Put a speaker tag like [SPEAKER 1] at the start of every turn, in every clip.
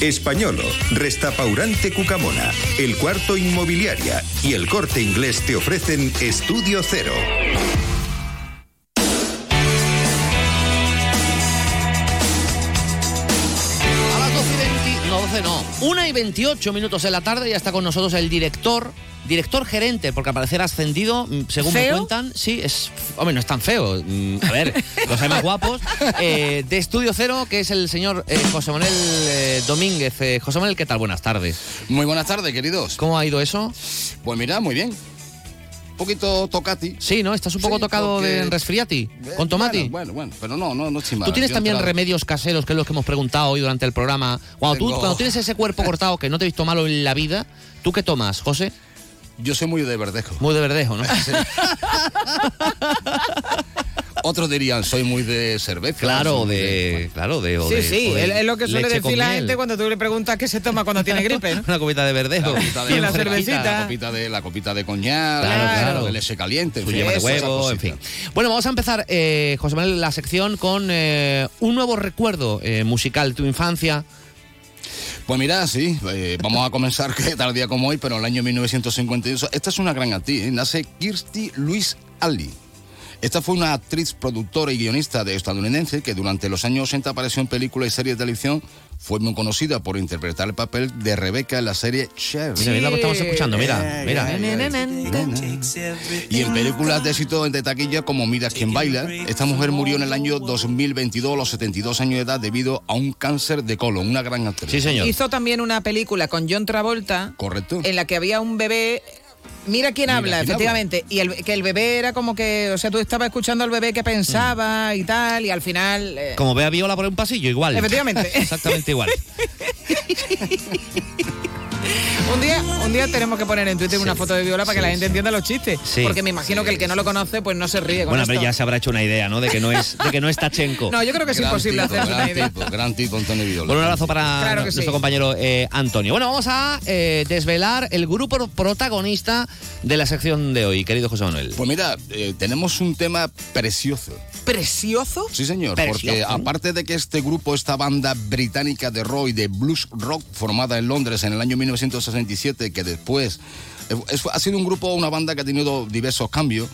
[SPEAKER 1] Españolo, Restaurante Cucamona, El Cuarto Inmobiliaria y El Corte Inglés te ofrecen Estudio Cero.
[SPEAKER 2] A las 12 y 20 no, 12 no, 1 y 28 minutos de la tarde ya está con nosotros el director, director gerente, porque al parecer ha ascendido, mm, según me
[SPEAKER 3] ¿Feo?
[SPEAKER 2] cuentan, sí, es, hombre, no es tan feo, mm, a ver, los hay más guapos, eh, de Estudio Cero, que es el señor eh, José Manuel eh, Domínguez. Eh, José Manuel, ¿qué tal? Buenas tardes.
[SPEAKER 4] Muy buenas tardes, queridos.
[SPEAKER 2] ¿Cómo ha ido eso?
[SPEAKER 4] Pues mira, muy bien. Un poquito tocati.
[SPEAKER 2] Sí, ¿no? Estás un poco
[SPEAKER 4] Sí,
[SPEAKER 2] tocado
[SPEAKER 4] porque-
[SPEAKER 2] de resfriati,
[SPEAKER 4] Eh,
[SPEAKER 2] con tomati.
[SPEAKER 4] Bueno, bueno, bueno, pero no, no, no estoy mal.
[SPEAKER 2] Tú tienes
[SPEAKER 4] Yo
[SPEAKER 2] también
[SPEAKER 4] te la-
[SPEAKER 2] remedios caseros, que es lo que hemos preguntado hoy durante el programa. Cuando, tú,
[SPEAKER 4] Tengo-
[SPEAKER 2] cuando tienes ese cuerpo cortado que no te he visto malo en la vida, ¿tú qué tomas, José?
[SPEAKER 4] Yo soy muy de verdejo.
[SPEAKER 2] Muy de verdejo, ¿no?
[SPEAKER 4] Otros dirían, soy muy de cerveza.
[SPEAKER 2] Claro,
[SPEAKER 4] soy muy
[SPEAKER 2] de. Claro, de. o
[SPEAKER 3] Sí,
[SPEAKER 2] de-
[SPEAKER 3] sí,
[SPEAKER 2] o de
[SPEAKER 3] es es lo que suele
[SPEAKER 2] leche
[SPEAKER 3] decir
[SPEAKER 2] con
[SPEAKER 3] la
[SPEAKER 2] miel.
[SPEAKER 3] gente cuando tú le preguntas qué se toma cuando tiene gripe. ¿no?
[SPEAKER 2] Una copita de verdejo.
[SPEAKER 4] La copita de,
[SPEAKER 3] Y la
[SPEAKER 4] la
[SPEAKER 3] cervecita.
[SPEAKER 4] La copita de, la copita de coñac,
[SPEAKER 2] Claro,
[SPEAKER 4] la-
[SPEAKER 2] claro.
[SPEAKER 4] de leche caliente. en
[SPEAKER 2] Su
[SPEAKER 4] fin,
[SPEAKER 2] yema de
[SPEAKER 4] esas
[SPEAKER 2] huevo, en
[SPEAKER 4] cositas.
[SPEAKER 2] fin. Bueno, vamos a empezar, eh, José Manuel, la sección con eh, un nuevo recuerdo eh, musical, tu infancia.
[SPEAKER 4] Pues mira, sí, eh, vamos a comenzar que tal día como hoy, pero en el año 1958. Esta es una gran actriz, ¿eh? nace Kirsty Louise Alley. Esta fue una actriz, productora y guionista de estadounidense que durante los años 80 apareció en películas y series de televisión. Fue muy conocida por interpretar el papel de Rebeca en la serie Cher.
[SPEAKER 2] Mira, mira lo que estamos escuchando, mira,
[SPEAKER 4] Eh,
[SPEAKER 2] mira.
[SPEAKER 4] eh, Y en películas de éxito de taquilla como Miras quien baila, esta mujer murió en el año 2022 a los 72 años de edad debido a un cáncer de colon. Una gran actriz.
[SPEAKER 2] Sí, señor.
[SPEAKER 3] Hizo también una película con John Travolta
[SPEAKER 4] Correcto.
[SPEAKER 3] en la que había un bebé. Mira quién
[SPEAKER 4] Mira
[SPEAKER 3] habla,
[SPEAKER 4] quién
[SPEAKER 3] efectivamente. Y el, que el bebé era como que, o sea, tú estabas escuchando al bebé que pensaba
[SPEAKER 2] Mm.
[SPEAKER 3] y tal, y al final. eh,
[SPEAKER 2] Como ve a Viola por un pasillo, igual.
[SPEAKER 3] Efectivamente.
[SPEAKER 2] Exactamente igual.
[SPEAKER 3] un día, un día tenemos que poner en Twitter una foto de Viola para que la gente entienda los chistes.
[SPEAKER 2] Sí.
[SPEAKER 3] Porque me imagino que el que no lo conoce, pues no se ríe con
[SPEAKER 2] Bueno,
[SPEAKER 3] esto.
[SPEAKER 2] pero ya se habrá hecho una idea, ¿no? De que no es, de que no es Tachenko.
[SPEAKER 3] No, yo creo que es
[SPEAKER 4] Gran
[SPEAKER 3] imposible
[SPEAKER 4] tipo,
[SPEAKER 3] hacerse una
[SPEAKER 4] gran
[SPEAKER 3] idea.
[SPEAKER 4] tipo, gran tipo, Antonio Viola.
[SPEAKER 2] Bueno, un abrazo para
[SPEAKER 3] Claro que
[SPEAKER 2] nuestro
[SPEAKER 3] sí.
[SPEAKER 2] compañero eh, Antonio. Bueno, vamos a eh, desvelar el grupo protagonista de la sección de hoy, querido José Manuel.
[SPEAKER 4] Pues mira, eh, tenemos un tema precioso.
[SPEAKER 3] Precioso.
[SPEAKER 4] Sí, señor, porque
[SPEAKER 2] Precioso.
[SPEAKER 4] aparte de que este grupo, esta banda británica de rock y de blues rock formada en Londres en el año 1967, que después eh, es- ha sido un grupo, una banda que ha tenido diversos cambios.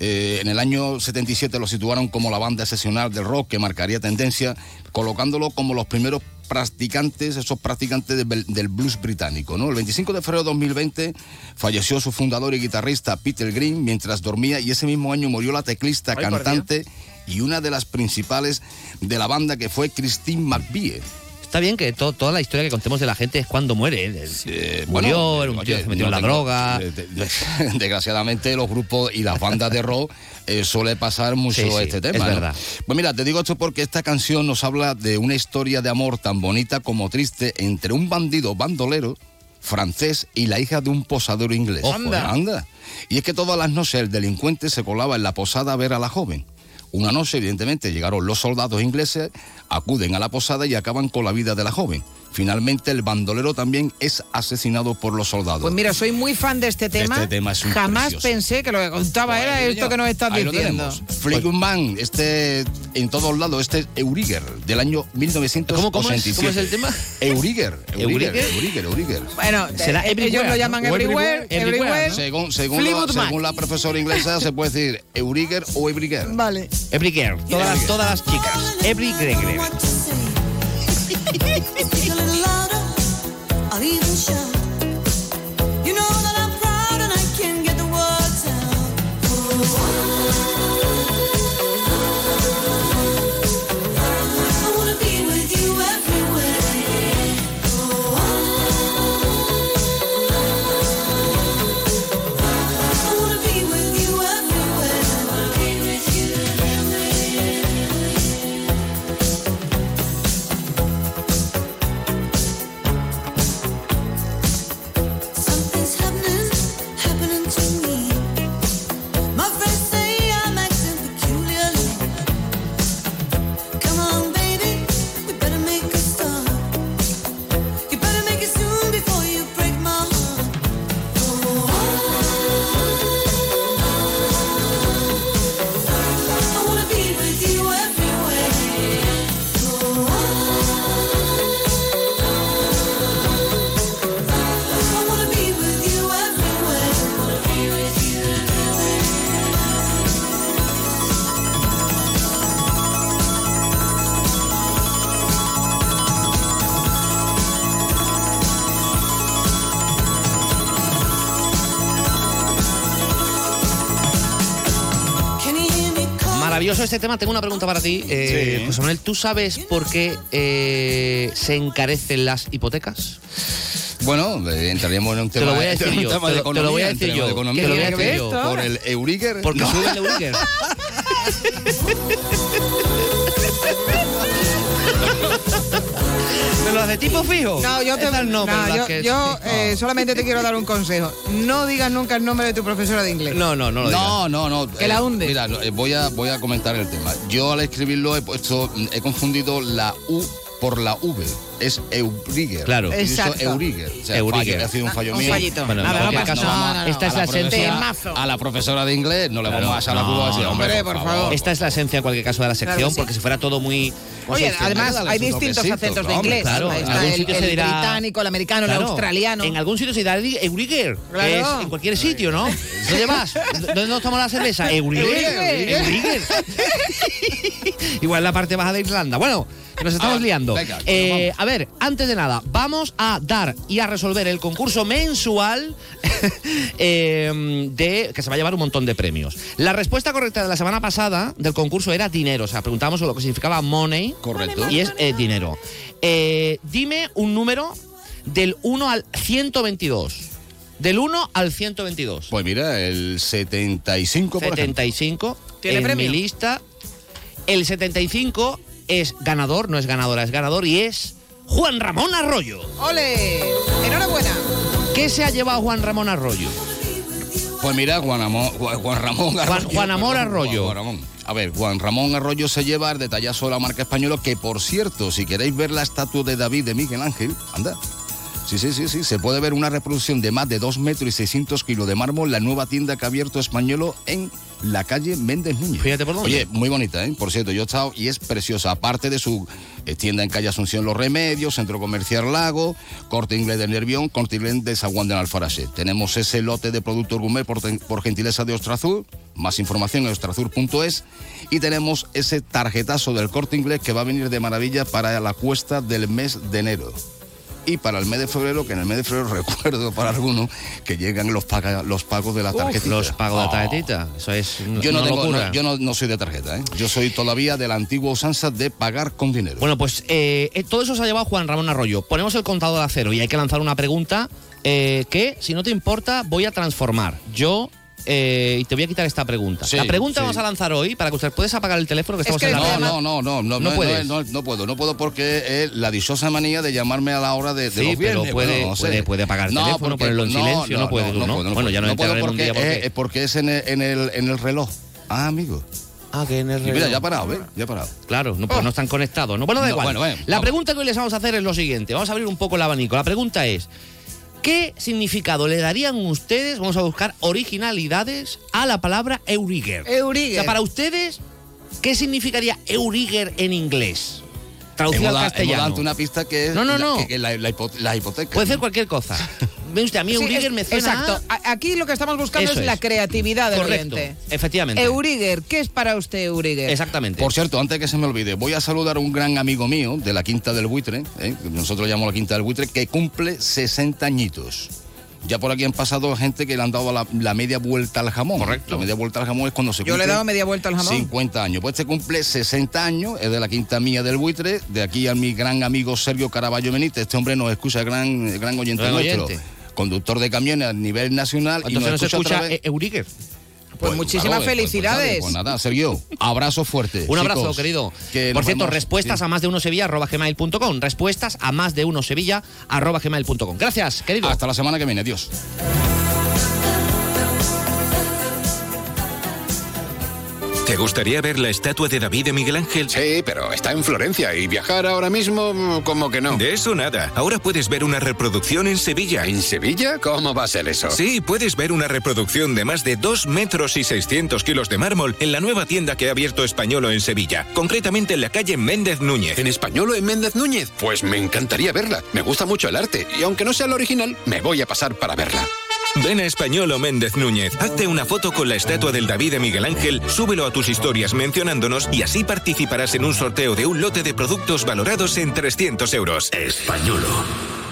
[SPEAKER 4] Eh, en el año 77 lo situaron como la banda excepcional del rock que marcaría tendencia, colocándolo como los primeros practicantes, esos practicantes de bel- del blues británico. ¿no? El 25 de febrero de 2020 falleció su fundador y guitarrista Peter Green mientras dormía y ese mismo año murió la teclista,
[SPEAKER 3] Ay, por Dios.
[SPEAKER 4] cantante cantante y una de las principales de la banda que fue Christine McVie.
[SPEAKER 2] Está bien que to- toda la historia que contemos de la gente es cuando muere. El- el-
[SPEAKER 4] Eh,
[SPEAKER 2] murió,
[SPEAKER 4] bueno,
[SPEAKER 2] era un tío
[SPEAKER 4] oye,
[SPEAKER 2] que se metió
[SPEAKER 4] yo
[SPEAKER 2] en la
[SPEAKER 4] tengo-
[SPEAKER 2] droga.
[SPEAKER 4] de- de- de- desgraciadamente, los grupos y las bandas de rock eh, suele pasar mucho
[SPEAKER 2] Sí, sí,
[SPEAKER 4] este tema.
[SPEAKER 2] es
[SPEAKER 4] ¿no?
[SPEAKER 2] verdad.
[SPEAKER 4] Pues mira, te digo esto porque esta canción nos habla de una historia de amor tan bonita como triste entre un bandido bandolero francés y la hija de un posador inglés.
[SPEAKER 2] Ojo,
[SPEAKER 4] anda. anda. Y es que todas las noches el delincuente se colaba en la posada a ver a la joven. Una noche, evidentemente, llegaron los soldados ingleses, acuden a la posada y acaban con la vida de la joven. Finalmente, el bandolero también es asesinado por los soldados.
[SPEAKER 3] Pues mira, soy muy fan de este tema.
[SPEAKER 4] este tema es un
[SPEAKER 3] Jamás
[SPEAKER 4] precioso.
[SPEAKER 3] pensé que lo que contaba era
[SPEAKER 4] Ahí,
[SPEAKER 3] esto
[SPEAKER 4] señor.
[SPEAKER 3] que nos estás
[SPEAKER 4] Ahí lo
[SPEAKER 3] diciendo.
[SPEAKER 4] tenemos.
[SPEAKER 2] Pues-
[SPEAKER 4] Fleetwood Man, este en todos lados, este es Euriger del año 1987.
[SPEAKER 2] ¿Cómo- cómo es? ¿Cómo es el tema?
[SPEAKER 4] Euriger, Euriger,
[SPEAKER 2] ¿Euriger?
[SPEAKER 4] Euriger, Euriger.
[SPEAKER 3] Bueno,
[SPEAKER 2] Será
[SPEAKER 3] eh, ellos
[SPEAKER 2] everywhere,
[SPEAKER 3] lo llaman
[SPEAKER 2] ¿no? O
[SPEAKER 3] everywhere,
[SPEAKER 2] everywhere,
[SPEAKER 3] everywhere.
[SPEAKER 2] everywhere, ¿no?
[SPEAKER 4] Según, según, la,
[SPEAKER 3] Fleetwood Mac.
[SPEAKER 4] según la profesora inglesa se puede decir Euriger o Euriger.
[SPEAKER 3] Vale.
[SPEAKER 2] Every girl, todas, las- todas las chicas. Every Gregory.
[SPEAKER 5] I
[SPEAKER 2] maravilloso este tema. Tengo una pregunta para ti, eh,
[SPEAKER 4] Sí.
[SPEAKER 2] José Manuel. ¿Tú sabes por qué eh, se encarecen las hipotecas?
[SPEAKER 4] Bueno, eh, entraremos en un
[SPEAKER 2] Te
[SPEAKER 4] tema,
[SPEAKER 2] lo voy a
[SPEAKER 4] en
[SPEAKER 2] decir
[SPEAKER 4] un
[SPEAKER 2] yo,
[SPEAKER 4] tema
[SPEAKER 2] te
[SPEAKER 4] de
[SPEAKER 2] lo- te lo voy a
[SPEAKER 4] economía,
[SPEAKER 2] decir
[SPEAKER 4] entraremos
[SPEAKER 2] yo,
[SPEAKER 4] de economía.
[SPEAKER 2] te lo
[SPEAKER 3] voy a decir yo.
[SPEAKER 4] ¿Por el Euriger?
[SPEAKER 2] Porque
[SPEAKER 4] No.
[SPEAKER 2] sube el Euribor. ¿De los de tipo fijo?
[SPEAKER 3] No, yo te
[SPEAKER 2] Esas Oh. no,
[SPEAKER 3] no,
[SPEAKER 2] pero las
[SPEAKER 3] yo,
[SPEAKER 2] que- Ah.
[SPEAKER 3] yo, eh, solamente te quiero dar un consejo. No digas nunca el nombre de tu profesora de inglés.
[SPEAKER 2] No, no, no lo digas.
[SPEAKER 4] No, no, no.
[SPEAKER 3] Que la hunde.
[SPEAKER 4] Mira, no, eh, voy a, voy a comentar el tema. Yo al escribirlo he puesto, mm, he confundido la U por la V. Es Euriger.
[SPEAKER 2] Claro.
[SPEAKER 4] He dicho
[SPEAKER 3] Exacto. Ah,
[SPEAKER 4] Euriger. O sea,
[SPEAKER 2] Euriger.
[SPEAKER 4] fallo, ha sido un fallo
[SPEAKER 3] un
[SPEAKER 4] mío.
[SPEAKER 3] fallito.
[SPEAKER 2] Bueno,
[SPEAKER 3] Nada,
[SPEAKER 2] en
[SPEAKER 3] no
[SPEAKER 2] cualquier
[SPEAKER 3] pasa
[SPEAKER 2] caso,
[SPEAKER 3] nada, no, no.
[SPEAKER 2] esta es
[SPEAKER 4] a
[SPEAKER 2] la
[SPEAKER 4] la profesora-
[SPEAKER 2] esencia.
[SPEAKER 3] Temazo.
[SPEAKER 4] A la profesora de inglés no le
[SPEAKER 2] Claro.
[SPEAKER 4] vamos a echar la
[SPEAKER 2] No,
[SPEAKER 4] culpa así.
[SPEAKER 2] no,
[SPEAKER 4] Hombre,
[SPEAKER 3] hombre, por favor.
[SPEAKER 2] Esta es la esencia en cualquier caso de la sección,
[SPEAKER 3] Claro que sí.
[SPEAKER 2] porque si fuera todo muy. ¿cómo se
[SPEAKER 3] Oye,
[SPEAKER 2] dice?
[SPEAKER 3] además
[SPEAKER 4] Dale
[SPEAKER 3] hay
[SPEAKER 4] su
[SPEAKER 3] distintos
[SPEAKER 4] toquecito,
[SPEAKER 3] acentos de
[SPEAKER 4] hombre,
[SPEAKER 3] inglés.
[SPEAKER 2] claro,
[SPEAKER 3] Ahí
[SPEAKER 2] en
[SPEAKER 3] está
[SPEAKER 2] algún
[SPEAKER 3] el,
[SPEAKER 2] sitio se
[SPEAKER 3] el
[SPEAKER 2] dirá-
[SPEAKER 3] británico, el americano,
[SPEAKER 2] Claro,
[SPEAKER 3] el australiano.
[SPEAKER 2] En algún sitio se dirá Euriger. que
[SPEAKER 3] Claro.
[SPEAKER 2] es en cualquier sitio, ¿no? ¿Dónde vas? ¿Dónde nos tomamos la cerveza? Euriger.
[SPEAKER 3] Euriger.
[SPEAKER 2] Euriger. Igual la parte baja de Irlanda. Bueno, que nos estamos
[SPEAKER 4] Ah,
[SPEAKER 2] liando.
[SPEAKER 4] venga,
[SPEAKER 2] Eh, a ver, antes de nada, vamos a dar y a resolver el concurso mensual eh, de que se va a llevar un montón de premios. La respuesta correcta de la semana pasada del concurso era dinero. O sea, preguntábamos lo que significaba money.
[SPEAKER 4] Correcto.
[SPEAKER 2] Y es eh, dinero. Eh, dime un número del 1 al 122. Del 1 al 122.
[SPEAKER 4] Pues mira, el 75, por ejemplo.
[SPEAKER 2] 75
[SPEAKER 3] ¿Tiene
[SPEAKER 2] en
[SPEAKER 3] premio?
[SPEAKER 2] mi lista. El 75 es ganador, no es ganadora, es ganador y es Juan Ramón Arroyo.
[SPEAKER 3] ¡Ole! ¡Enhorabuena!
[SPEAKER 2] ¿Qué se ha llevado Juan Ramón Arroyo?
[SPEAKER 4] Pues mira, Juan, Amo- Ju- Juan Ramón Arroyo.
[SPEAKER 2] Juan Amor
[SPEAKER 4] perdón,
[SPEAKER 2] Arroyo.
[SPEAKER 4] Juan Ramón. A ver, Juan Ramón Arroyo se lleva el detallazo de la marca española, que por cierto, si queréis ver la estatua de David de Miguel Ángel, anda. Sí, sí, sí, sí, se puede ver una reproducción de más de 2 metros y 600 kilos de mármol, la nueva tienda que ha abierto españolo en la calle Méndez Núñez.
[SPEAKER 2] Fíjate por dónde.
[SPEAKER 4] Oye, muy bonita, ¿eh? Por cierto, yo he estado y es preciosa. Aparte de su eh, tienda en calle Asunción Los Remedios, Centro Comercial Lago, Corte Inglés de Nervión, Corte Inglés de San Juan de Alfarache. Tenemos ese lote de productos gourmet por, ten- por gentileza de Ostrazur. Más información en ostrazur.es. Y tenemos ese tarjetazo del Corte Inglés que va a venir de maravilla para la cuesta del mes de enero. Y para el mes de febrero, que en el mes de febrero recuerdo para algunos que llegan los, paga- los pagos de la tarjetita.
[SPEAKER 2] Los pago de
[SPEAKER 4] Oh.
[SPEAKER 2] tarjetita. Eso es una
[SPEAKER 4] Yo no,
[SPEAKER 2] una
[SPEAKER 4] tengo-
[SPEAKER 2] locura.
[SPEAKER 4] no- yo no, no soy de tarjeta, ¿eh? Yo soy todavía de la antigua usanza de pagar con dinero.
[SPEAKER 2] Bueno, pues eh, eh, todo eso se ha llevado Juan Ramón Arroyo. Ponemos el contador a cero y hay que lanzar una pregunta eh, que, si no te importa, voy a transformar. Yo. eh, y te voy a quitar esta pregunta.
[SPEAKER 4] Sí,
[SPEAKER 2] la pregunta
[SPEAKER 4] sí.
[SPEAKER 2] vamos a lanzar hoy para que usted puedes apagar el teléfono que
[SPEAKER 3] Es
[SPEAKER 2] estamos
[SPEAKER 3] que
[SPEAKER 2] en la
[SPEAKER 3] no,
[SPEAKER 2] radio?
[SPEAKER 4] no, no, no, no,
[SPEAKER 2] No
[SPEAKER 4] no,
[SPEAKER 2] puedes.
[SPEAKER 4] no, no puedo, no puedo porque es la dichosa manía de llamarme a la hora de, de
[SPEAKER 2] Sí,
[SPEAKER 4] los viernes.
[SPEAKER 2] pero puede-
[SPEAKER 4] bueno, no sé.
[SPEAKER 2] puede- puede apagar el teléfono,
[SPEAKER 4] porque-
[SPEAKER 2] ponerlo en silencio, no puede tú, ¿no? Bueno, ya nos
[SPEAKER 4] puedo
[SPEAKER 2] enteraremos un
[SPEAKER 4] porque
[SPEAKER 2] día por
[SPEAKER 4] es,
[SPEAKER 2] qué.
[SPEAKER 4] es porque es en el, en el, en el reloj. Ah, amigo.
[SPEAKER 2] Ah, que en el
[SPEAKER 4] Y mira,
[SPEAKER 2] reloj.
[SPEAKER 4] ya ha parado, ¿ves? Ya ha parado.
[SPEAKER 2] Claro, no, pues no están conectados. ¿no? Bueno, da
[SPEAKER 4] Oh. No,
[SPEAKER 2] igual.
[SPEAKER 4] bueno, bueno,
[SPEAKER 2] la
[SPEAKER 4] vamos.
[SPEAKER 2] pregunta que hoy les vamos a hacer es lo siguiente. Vamos a abrir un poco el abanico. La pregunta es, ¿qué significado le darían ustedes, vamos a buscar originalidades, a la palabra Euriger? O
[SPEAKER 3] Eurigue.
[SPEAKER 2] sea, para ustedes, ¿qué significaría Euriger en inglés? Traducido al
[SPEAKER 4] Hemos da- hemos dado
[SPEAKER 2] castellano.
[SPEAKER 4] ante una pista que es
[SPEAKER 2] No, no,
[SPEAKER 4] la,
[SPEAKER 2] no.
[SPEAKER 4] que- que la- la hipo- la hipoteca.
[SPEAKER 2] Puede ser
[SPEAKER 4] ¿no?
[SPEAKER 2] cualquier cosa. Ve usted, a mí
[SPEAKER 3] Sí,
[SPEAKER 2] Euriger
[SPEAKER 3] es-
[SPEAKER 2] me suena... a-
[SPEAKER 3] Exacto. A- Aquí lo que estamos buscando
[SPEAKER 2] Eso
[SPEAKER 3] es, la
[SPEAKER 2] es.
[SPEAKER 3] creatividad del
[SPEAKER 2] Correcto,
[SPEAKER 3] oyente.
[SPEAKER 2] efectivamente.
[SPEAKER 3] Euriger, ¿qué es para usted Euriger?
[SPEAKER 2] Exactamente.
[SPEAKER 4] Por cierto, antes que se me olvide, voy a saludar a un gran amigo mío de la Quinta del Buitre, ¿eh? que nosotros llamamos la Quinta del Buitre, que cumple 60 añitos. Ya por aquí han pasado gente que le han dado la, la media vuelta al jamón.
[SPEAKER 2] Correcto.
[SPEAKER 4] La media vuelta al jamón es cuando se
[SPEAKER 3] Yo le he
[SPEAKER 4] cumple
[SPEAKER 3] dado media vuelta al jamón.
[SPEAKER 4] 50 años. Pues este cumple 60 años, es de la quinta mía del buitre. De aquí a mi gran amigo Sergio Caraballo Benítez. Este hombre nos escucha, gran, gran oyente
[SPEAKER 2] Gran
[SPEAKER 4] nuestro.
[SPEAKER 2] oyente.
[SPEAKER 4] Conductor de camiones a nivel nacional. y
[SPEAKER 2] Entonces no
[SPEAKER 4] nos
[SPEAKER 2] se
[SPEAKER 4] escucha a
[SPEAKER 2] escucha
[SPEAKER 4] través-
[SPEAKER 2] eh, Euriger.
[SPEAKER 3] Pues muchísimas
[SPEAKER 4] claro, pues, pues,
[SPEAKER 3] felicidades.
[SPEAKER 4] Pues, nada, Sergio, abrazo fuerte.
[SPEAKER 2] Un abrazo,
[SPEAKER 4] chicos,
[SPEAKER 2] querido.
[SPEAKER 4] que
[SPEAKER 2] Por
[SPEAKER 4] nos
[SPEAKER 2] cierto,
[SPEAKER 4] vemos.
[SPEAKER 2] respuestas
[SPEAKER 4] Sí.
[SPEAKER 2] a más de uno sevilla arroba gmail.com. Respuestas a más de uno sevilla arroba gmail.com. Gracias, querido.
[SPEAKER 4] Hasta la semana que viene, adiós.
[SPEAKER 5] ¿Te gustaría ver la estatua de David de Miguel Ángel?
[SPEAKER 6] Sí, pero está en Florencia y viajar ahora mismo mm, como que no.
[SPEAKER 5] De eso nada. Ahora puedes ver una reproducción en Sevilla.
[SPEAKER 6] ¿En Sevilla? ¿Cómo va a ser eso?
[SPEAKER 5] Sí, puedes ver una reproducción de más de 2 metros y 600 kilos de mármol en la nueva tienda que ha abierto Españolo en Sevilla, concretamente en la calle Méndez Núñez.
[SPEAKER 6] ¿En español o en Méndez Núñez? Pues me encantaría verla. Me gusta mucho el arte y aunque no sea el original, me voy a pasar para verla.
[SPEAKER 5] Ven a Españolo Méndez Núñez, hazte una foto con la estatua del David de Miguel Ángel, súbelo a tus historias mencionándonos y así participarás en un sorteo de un lote de productos valorados en 300 euros.
[SPEAKER 7] Españolo.